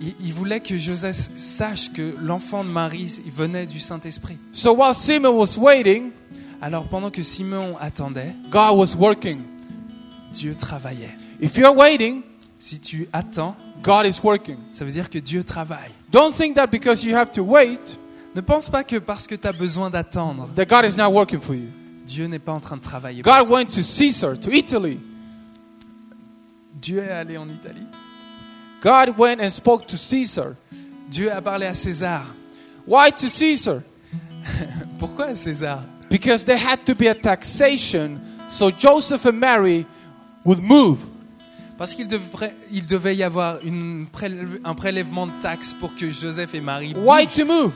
il, il voulait que Joseph sache que l'enfant de Marie il venait du Saint-Esprit. So while Simeon was waiting, Alors pendant que Simeon attendait, God was working. Dieu travaillait. If you're waiting, Si tu attends, God is working. ça veut dire que Dieu travaille. Don't think that because you have to wait Ne pense pas que parce que tu as besoin d'attendre, that God is not working for you. Dieu n'est pas en train de travailler. God went to Caesar, to Italy. Dieu est allé en Italie. God went and spoke to Caesar. Dieu a parlé à César. Why to Caesar? Pourquoi à César Because there had to be a taxation so Joseph and Mary would move. Parce qu'il devrait- il devait y avoir une prélève- un prélèvement de taxes pour que Joseph et Marie. Why to move?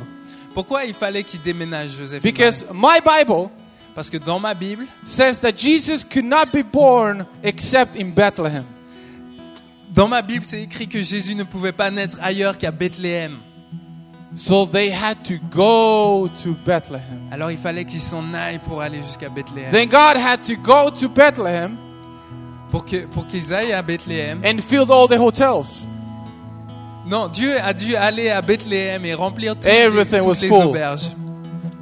Pourquoi il fallait qu'ils déménagent Joseph et Marie Because my Bible Parce que dans ma Bible, says that Jesus could not be born except in Bethlehem. dans ma Bible, c'est écrit que Jésus ne pouvait pas naître ailleurs qu'à Bethléem. So they had to go to Bethlehem. Alors il fallait qu'ils s'en aillent pour aller jusqu'à Bethléem. Then God had to go to Bethlehem Pour que pour qu'ils aillent à Bethléem. and filled all the hotels. Non, Dieu a dû aller à Bethléem et remplir toutes, les, Everything toutes was les full. auberges.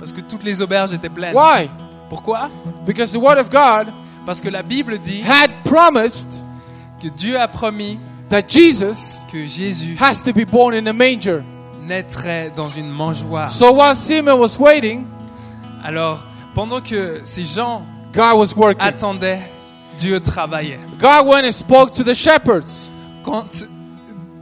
Parce que toutes les auberges étaient pleines. Why? Pourquoi Because the Word of God Parce que la Bible dit had promised que Dieu a promis that Jesus que Jésus has to be born in a manger. naîtrait dans une mangeoire. So while Simeon was waiting, Alors, pendant que ces gens God was working. attendaient, Dieu travaillait. God went and spoke to the shepherds. Quand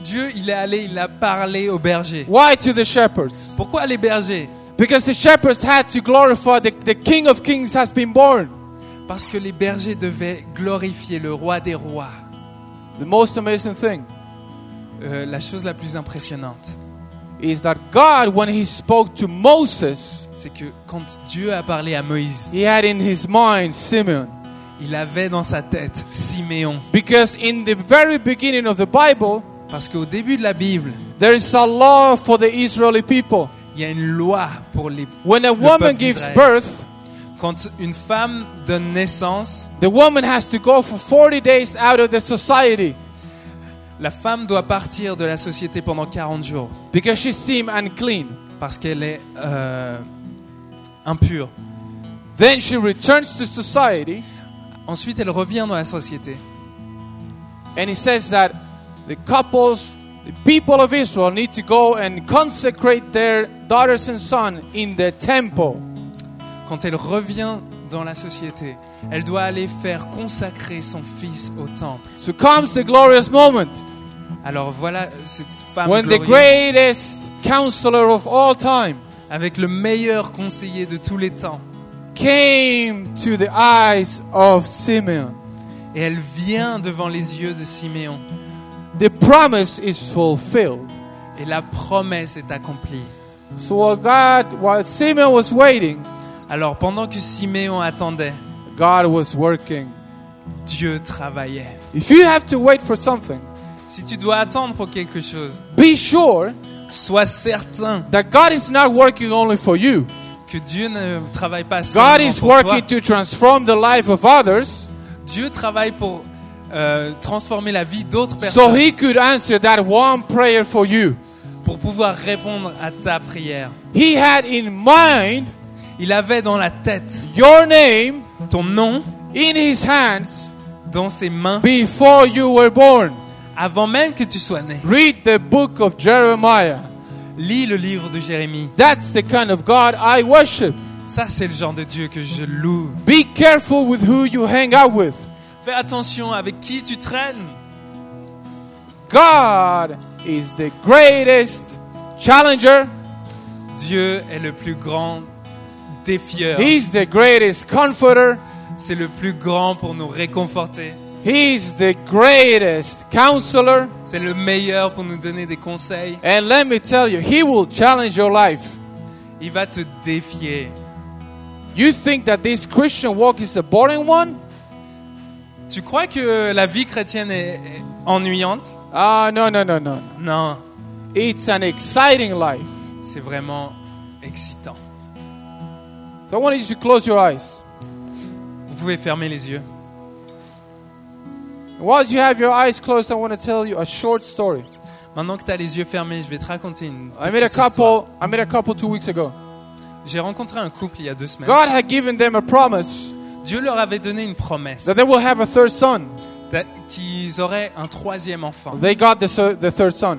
Dieu il est allé, il a parlé aux bergers. Why to the shepherds? Pourquoi les bergers Because the shepherds had to glorify the, the King of Kings has been born. Parce que les bergers devaient glorifier le roi des rois. The most amazing thing Euh, la chose la plus impressionnante, is that God, when He spoke to Moses, c'est que quand Dieu a parlé à Moïse, He had in His mind Simeon. il avait dans sa tête Siméon. Because in the very beginning of the Bible, Parce qu'au début de la Bible, there is a law for the Israeli people. il y a une loi pour les... When a Le woman peuple gives d'Israël. birth, Quand une femme donne naissance, the woman has to go for 40 days out of the society La femme doit partir de la société pendant 40 jours because she seemed unclean. parce qu'elle est euh, impure. Then she returns to society, Ensuite, elle revient dans la société. and it says that the couples, the people of Israel, need to go and consecrate their daughters and son in the temple. Quand elle revient dans la société, elle doit aller faire consacrer son fils au temple. So comes the glorious moment Alors voilà cette femme when the glorieuse, greatest counselor of all time avec le meilleur conseiller de tous les temps. came to the eyes of Simeon. Et elle vient devant les yeux de Siméon. The promise is fulfilled. Et la promesse est accomplie. So while God, while Simeon was waiting, Alors pendant que Siméon attendait, God was working. Dieu travaillait. If you have to wait for something, Si tu dois attendre pour quelque chose, be sure sois certain that God is not working only for you. que Dieu ne travaille pas seulement God is pour toi. working to transform the life of others Dieu travaille pour euh, transformer la vie d'autres so personnes he could answer that one prayer for you. pour pouvoir répondre à ta prière. He had in mind Il avait dans la tête your name ton nom in his hands dans ses mains before you were born. avant même que tu sois né. Read the book of Jeremiah. Lis le livre de Jérémie. That's the kind of God I worship. Ça, c'est le genre de Dieu que je loue. Be careful with who you hang out with. Fais attention avec qui tu traînes. God is the greatest challenger. Dieu est le plus grand défieur. He's the greatest comforter. c'est le plus grand pour nous réconforter. He is the greatest counselor. C'est le meilleur pour nous donner des conseils. And let me tell you, He will challenge your life. Il va te défier. You think that this Christian walk is a boring one? Tu crois que la vie chrétienne est est ennuyante Ah, no, no, no, no. Non, It's an exciting life. c'est vraiment excitant. So I want you to close your eyes. Vous pouvez fermer les yeux. Whilst you have your eyes closed, I want to tell you a short story. Maintenant que tu as les yeux fermés, je vais te raconter une I met a petite histoire. couple. I met a couple two weeks ago. J'ai rencontré un couple il y a deux semaines. God had given them a promise Dieu leur avait donné une promesse that they will have a third son. d'a- qu'ils auraient un troisième enfant. They got the, so- the third son.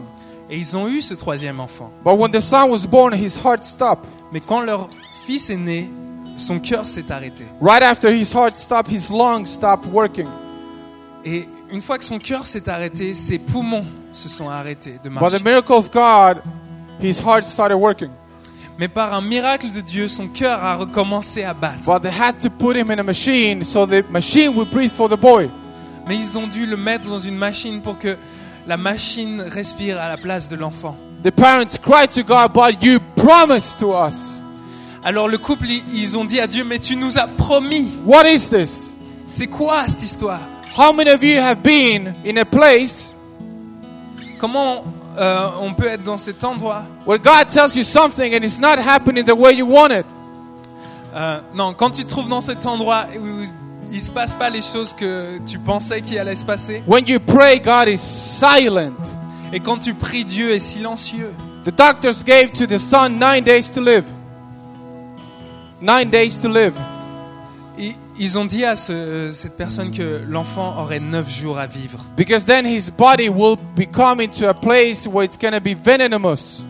Et ils ont eu ce troisième enfant. But when the son was born, his heart stopped. Mais quand leur fils est né, son cœur s'est arrêté. Right after his heart stopped, his lungs stopped working. Et une fois que son cœur s'est arrêté, ses poumons se sont arrêtés de By the marcher. miracle of God, his heart started working. Mais par un miracle de Dieu, son cœur a recommencé à battre. But they had to put him in a machine so the machine would breathe for the boy. Mais ils ont dû le mettre dans une machine pour que la machine respire à la place de l'enfant. The parents cried to God, But you promised to us. Alors le couple, i- ils ont dit à Dieu, mais tu nous as promis. What is this? C'est quoi cette histoire How many of you have been in a place Comment euh, on peut être dans cet endroit where God tells you something and it's not happening the way you want it? Euh, Non, quand tu te trouves dans cet endroit où il se passe pas les choses que tu pensais qu'il allait se passer, When you pray, God is silent. et quand tu pries, Dieu est silencieux. The doctors gave to the son nine days to live. Nine days to live. I- Ils ont dit à ce- cette personne que l'enfant aurait neuf jours à vivre. Because then his body will be coming to a place where it's going to be venomous.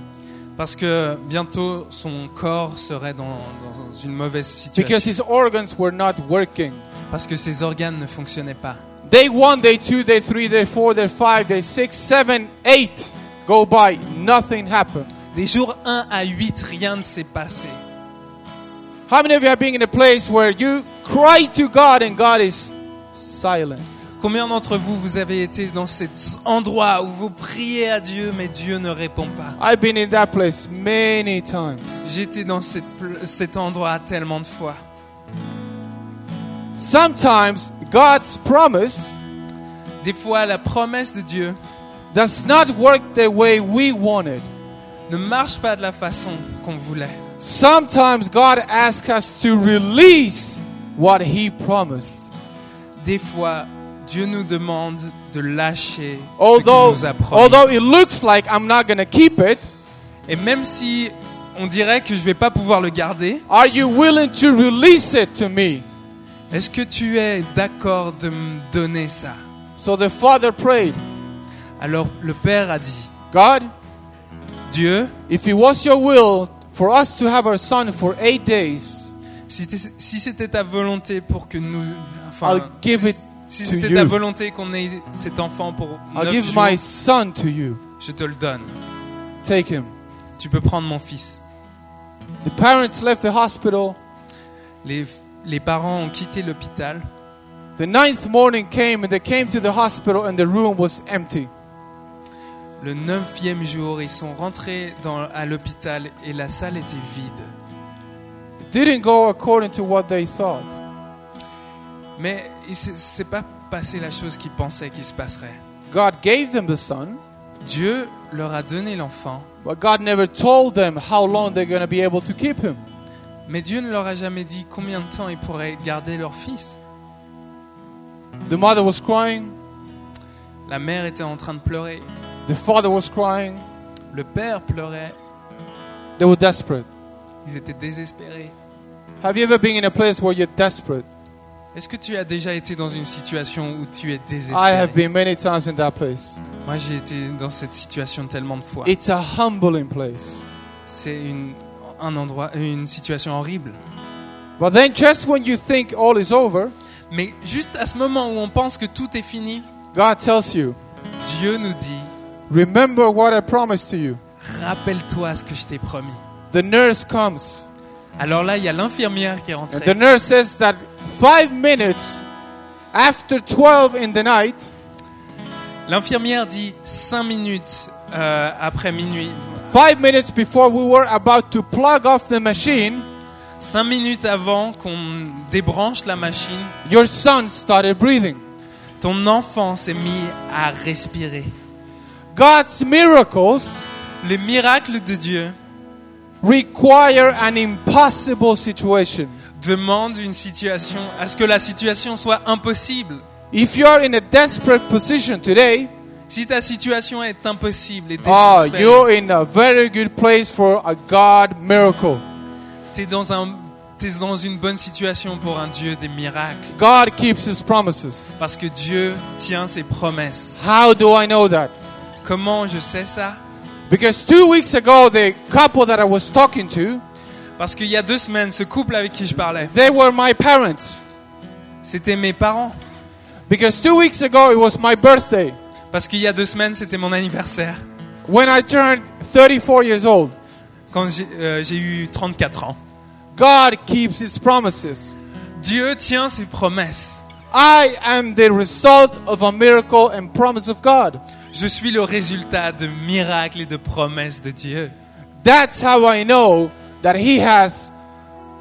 Parce que bientôt, son corps serait dans, dans une mauvaise situation. Because his organs were not working. Parce que ses organes ne fonctionnaient pas. Day one, day two, day three, day four, day five, day six, seven, eight go by. Nothing happened. Des jours 1 à 8, rien ne s'est passé. How many of you have been in a place where you cry to God and God is silent? Combien d'entre vous, vous avez été dans cet endroit où vous priez à Dieu, mais Dieu ne répond pas I've been in that place many times. J'étais dans cette pl- cet endroit tellement de fois. Sometimes God's promise Des fois, la promesse de Dieu does not work the way we want it. ne marche pas de la façon qu'on voulait. Sometimes God asks us to release what He promised. Des fois, Dieu nous demande de lâcher Although, ce qu'il nous a promis. although it looks like I'm not going to keep it, Et même si on dirait que je vais pas pouvoir le garder, are you willing to release it to me? est-ce que tu es d'accord de me donner ça So the father prayed, Alors le Père a dit, God, Dieu, if it was your will for us to have our son for eight days, si, t'es- si c'était ta volonté pour que nous... I'll Enfin, give si, it si to c'était you. ta volonté qu'on ait cet enfant pour I'll neuf give jours, my son to you. je te le donne. Take him. Tu peux prendre mon fils. The parents left the hospital. Les, les parents ont quitté l'hôpital. The ninth morning came and they came to the hospital and the room was empty. Le neuvième jour, ils sont rentrés dans, à l'hôpital et la salle était vide. It didn't go according to what they thought. Mais il s'est- s'est pas passé la chose qu'ils pensaient qu'il se passerait. God gave them the son, Dieu leur a donné l'enfant, but God never told them how long they're going to be able to keep him. mais Dieu ne leur a jamais dit combien de temps ils pourraient garder leur fils. The mother was crying, La mère était en train de pleurer, the father was crying. le père pleurait, They were desperate. ils étaient désespérés. Have you ever been in a place where you're desperate? Est-ce que tu as déjà été dans une situation où tu es I have désespéré been many times in that place. Moi j'ai été dans cette situation tellement de fois. It's a humbling place. C'est une, un endroit, une situation horrible. But then, just when you think all is over, Mais juste à ce moment où on pense que tout est fini, God tells you, Dieu nous dit Remember what I promised to you. Rappelle-toi ce que je t'ai promis. The nurse comes, Alors là, il y a l'infirmière qui est and the rentrée. nurse says that five minutes after 12 in the night, L'infirmière dit 5 minutes euh, après minuit. five minutes before we were about to plug off the machine, 5 minutes avant qu'on débranche la machine, your son started breathing. ton enfant s'est mis à respirer. God's miracles Les miracles de Dieu require an impossible situation. demandent une situation, à ce que la situation soit impossible. If you're in a desperate position today, Si ta situation est impossible et oh, désespérée, you're in a very good place for a God miracle. t'es dans un t'es dans une bonne situation pour un Dieu des miracles God keeps his promises. parce que Dieu tient ses promesses. How do I know that? Comment je sais ça Because two weeks ago, the couple that I was talking to, Parce qu'il y a deux semaines, ce couple avec qui je parlais, they were my parents. c'était mes parents. Because two weeks ago, it was my birthday Parce qu'il y a deux semaines, c'était mon anniversaire when I turned 34 years old. quand j'ai euh, j'ai eu 34 ans. God keeps his promises. Dieu tient ses promesses. I am the result of a miracle and promise of God. Je suis le résultat de miracles et de promesses de Dieu. That's how I know that He has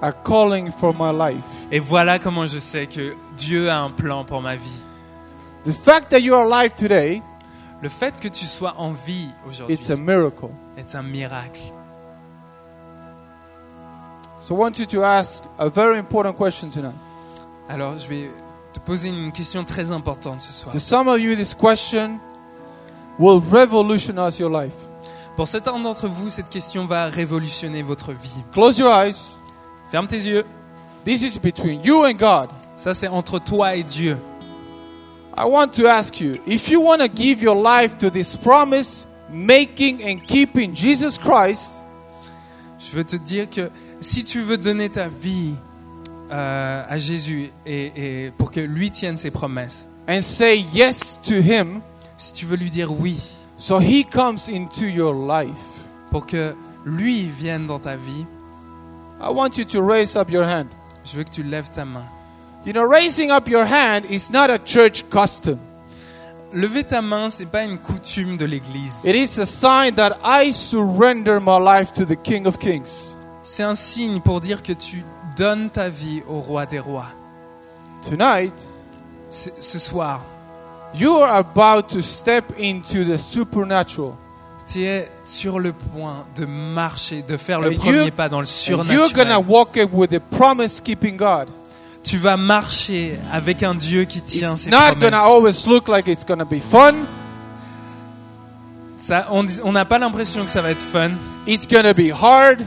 a calling for my life. Et voilà comment je sais que Dieu a un plan pour ma vie. The fact that you are alive today, Le fait que tu sois en vie aujourd'hui it's a miracle. est un miracle. So I want you to ask a very important question tonight. Alors, je vais te poser une question très importante ce soir. To some of you, this question will revolutionize your life. Pour certains d'entre vous, cette question va révolutionner votre vie. Close your eyes. Ferme tes yeux. This is between you and God. Ça, c'est entre toi et Dieu. I want to ask you if you want to give your life to this promise, making and keeping Jesus Christ, Je veux te dire que si tu veux donner ta vie euh, à Jésus et, et pour que lui tienne ses promesses, and say yes to Him si tu veux lui dire oui, so He comes into your life. pour que lui vienne dans ta vie, I want you to raise up your hand. je veux que tu lèves ta main. You know, raising up your hand is not a church custom. Lever ta main, c'est pas une coutume de l'Église. It is a sign that I surrender my life to the King of Kings. C'est un signe pour dire que tu donnes ta vie au roi des rois. Tonight, C- Ce soir, you are about to step into the supernatural. tu es sur le point de marcher, de faire And le you- premier pas dans le And you're gonna surnaturel. walk it with the promise keeping God. Tu vas marcher avec un Dieu qui tient It's ses not gonna promesses. always look like it's gonna be fun. Ça, on dis- on n'a pas l'impression que ça va être fun, It's gonna be hard,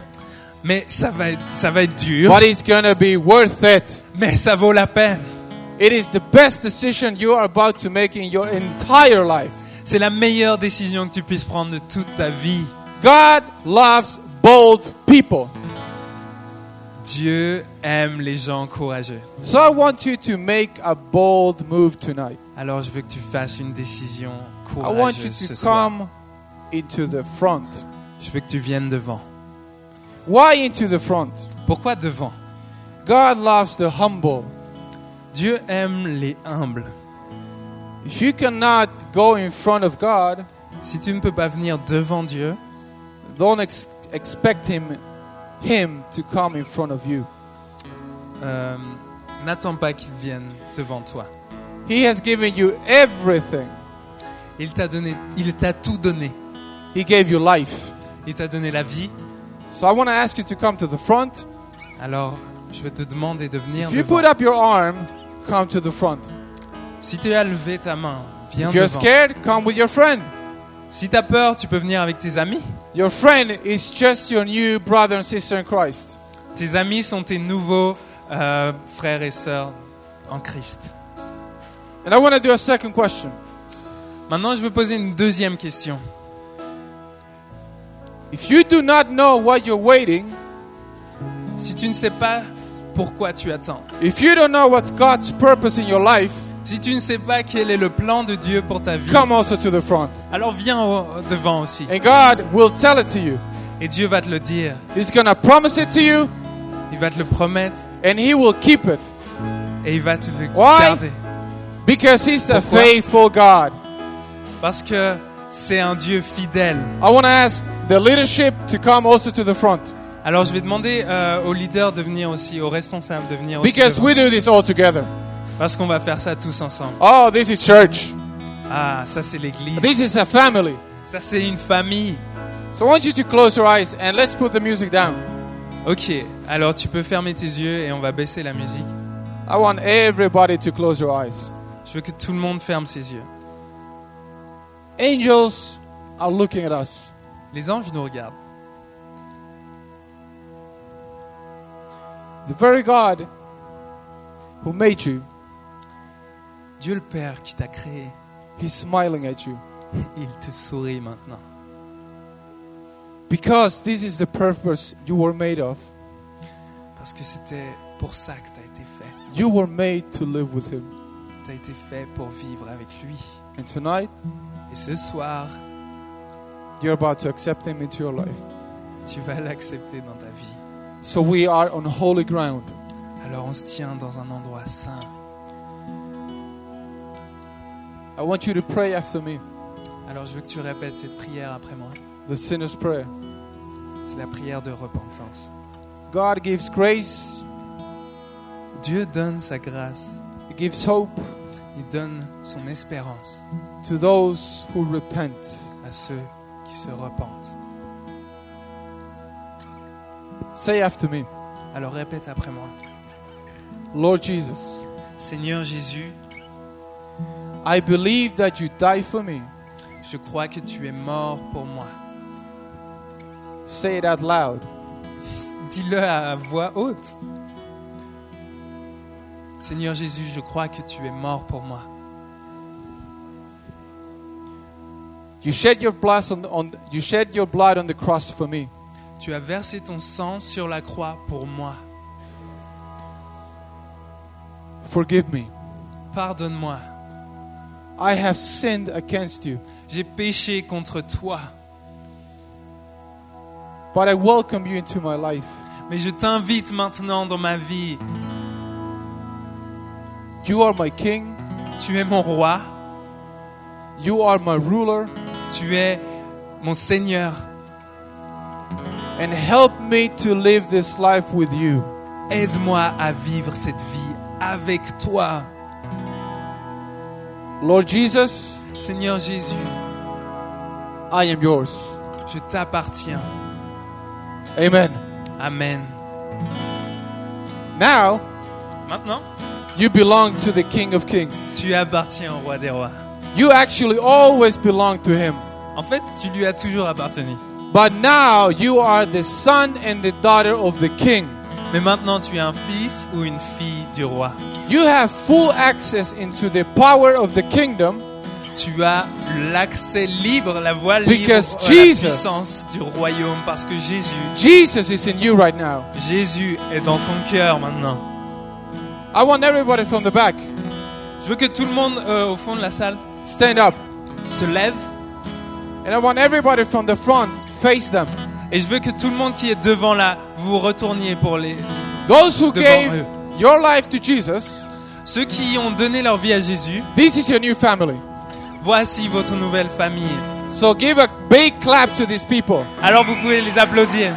mais ça va être, ça va être dur, but it's gonna be worth it. mais ça vaut la peine. It is the best decision you are about to make in your entire life. C'est la meilleure décision que tu puisses prendre de toute ta vie. God loves bold people. Dieu aime les gens courageux. So I want you to make a bold move tonight. Alors je veux que tu fasses une décision I want you courageuse to ce soir. come into the front. Je veux que tu viennes devant. Why into the front? Pourquoi devant God loves the humble. Dieu aime les humbles. If you cannot go in front of God, Si tu ne peux pas venir devant Dieu, don't ex- expect him him to come in front of you. euh, n'attends pas qu'il vienne devant toi. He has given you everything. Il t'a donné, il t'a tout donné. He gave you life. Il t'a donné la vie. So I want to ask you to come to the front. Alors, je vais te demander de venir If you devant. put up your arm, come to the front. Si tu as levé ta main, viens If you're devant. scared, come with your friend. Si t'as peur, tu peux venir avec tes amis. Your friend is just your new brother and sister in Christ. Tes amis sont tes nouveaux euh, frères et sœurs en Christ. And I want to do a second question. Maintenant, je veux poser une deuxième question. If you do not know why you're waiting, Si tu ne sais pas pourquoi tu attends, if you don't know what's God's purpose in your life, si tu ne sais pas quel est le plan de Dieu pour ta vie, come also to the front. alors viens au- devant aussi. And God will tell it to you. Et Dieu va te le dire. He's going to promise it to you Il va te le promettre and He will keep it. et il va te le Why? garder. Because He's a Pourquoi? faithful God. Parce que c'est un Dieu fidèle. I want to ask the leadership to come also to the front. Alors je vais demander euh, aux leaders de venir aussi, aux responsables de venir aussi. Because devant. we do this all together. Parce qu'on va faire ça tous ensemble. Oh, this is church. Ah, ça c'est l'église. This is a family. Ça c'est une famille. So I want you to close your eyes and let's put the music down. Ok, alors tu peux fermer tes yeux et on va baisser la musique. I want everybody to close your eyes. Je veux que tout le monde ferme ses yeux. Angels are looking at us. Les anges nous regardent. The very God who made you, Dieu le Père qui t'a créé, He's smiling at you. il te sourit maintenant. Because this is the purpose you were made of. Parce que c'était pour ça que t'as été fait. You were made to live with Him. T'as été fait pour vivre avec lui. And tonight, Et ce soir, you're about to accept Him into your life. tu vas l'accepter dans ta vie. So we are on holy ground. Alors on se tient dans un endroit saint. I want you to pray after me Alors je veux que tu répètes cette prière après moi. the sinner's prayer. C'est la prière de repentance. God gives grace, Dieu donne sa grâce. He gives hope Il donne son espérance to those who repent. à ceux qui se repentent. Say after me Alors répète après moi. Lord Jesus, Seigneur Jésus, I believe that you died for me. je crois que tu es mort pour moi. Say it out loud. Dis-le à voix haute. Seigneur Jésus, je crois que tu es mort pour moi. You shed your blood on, on you shed your blood on the cross for me. Tu as versé ton sang sur la croix pour moi. Forgive me. Pardonne-moi. I have sinned against you, J'ai péché contre toi, but I welcome you into my life. mais je t'invite maintenant dans ma vie. You are my king, Tu es mon roi, you are my ruler, tu es mon Seigneur. and help me to live this life with you. Aide-moi à vivre cette vie avec toi. Lord Jesus, Seigneur Jésus, I am yours. je t'appartiens. Amen. Amen. Now Maintenant, you belong to the King of Kings. tu appartiens au roi des rois. You actually always belong to him. En fait, tu lui as toujours appartenu. But now you are the son and the daughter of the King. Mais maintenant, tu es un fils ou une fille du roi. You have full access into the power of the kingdom Tu as l'accès libre, la voie libre Because à Jesus- la puissance du royaume parce que Jésus, Jesus is in you right now. Jésus est dans ton cœur maintenant. I want everybody from the back Je veux que tout le monde euh, au fond de la salle stand up, se lève and I want everybody from the front face them. et je veux que tout le monde qui est devant là, vous vous retourniez pour les Those who Devant gave eux. your life to Jesus, ceux qui ont donné leur vie à Jésus. this is your new family. Voici votre nouvelle famille. So give a big clap to these people. Alors vous pouvez les applaudir.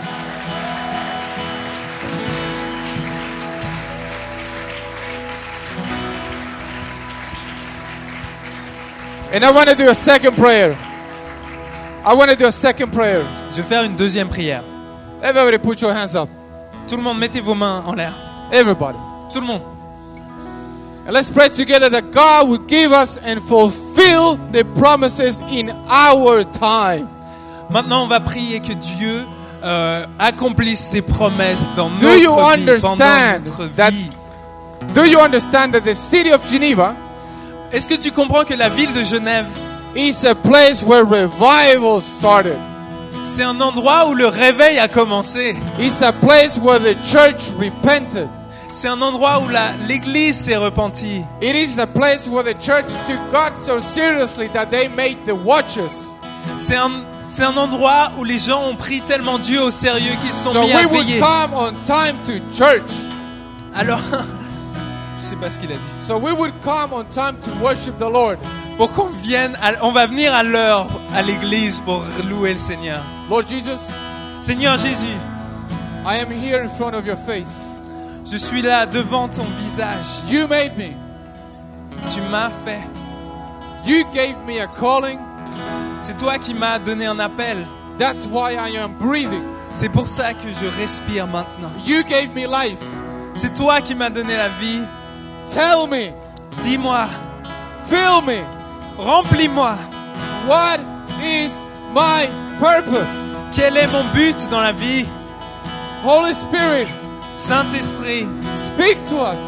And I want to do a second prayer. I want to do a second prayer. Je vais faire une deuxième prière. Everybody, put your hands up. Tout le monde, mettez vos mains en l'air. Everybody. Tout le monde. And let's pray together that God would give us and fulfill the promises in our time. Maintenant, on va prier que Dieu euh, accomplisse ses promesses dans Do notre you vie, pendant understand notre that- vie. Do you understand that the city of Geneva Est-ce que tu comprends que la ville de Genève, is a place where revival started? c'est un endroit où le réveil a commencé It's a place where the church repented. C'est un endroit où la- l'Église s'est repentie. It is a place where the church took God so seriously that they made the watches. C'est un, c'est un endroit où les gens ont pris tellement Dieu au sérieux qu'ils se sont So mis à we would veiller. <laughs> come on time to church. Alors, sais pas ce qu'il a dit. So we would come on time to worship the Lord. Pour qu'on vienne, à- on va venir à l'heure à l'église pour louer le Seigneur. Lord Jesus, Seigneur Jésus, I am here in front of your face. je suis là devant ton visage. You made me. Tu m'as fait. You gave me a calling. C'est toi qui m'as donné un appel. That's why I am breathing. C'est pour ça que je respire maintenant. You gave me life. C'est toi qui m'as donné la vie. Tell me, Dis-moi, fill me. remplis-moi. What is my purpose? Quel est mon but dans la vie Holy Spirit, Saint-Esprit, speak to us.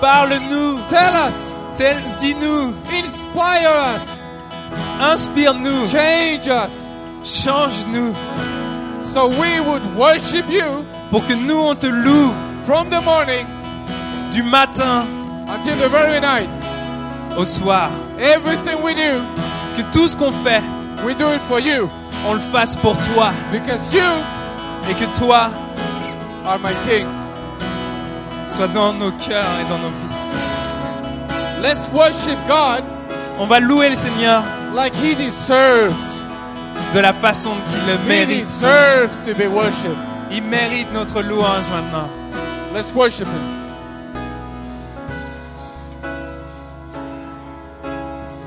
parle-nous. Tell us. Tel- Dis-nous, Inspire us. inspire-nous, Change us. change-nous So we would worship you pour que nous on te loue from the morning du matin until the very night. au soir. Everything we do, Que tout ce qu'on fait, we do it for you on le fasse pour toi because you et que toi are my King. sois dans nos cœurs et dans nos vies. Let's worship God On va louer le Seigneur like He deserves. de la façon qu'il le He mérite. deserves to be worshipped. Il mérite notre louange maintenant. Let's worship Him.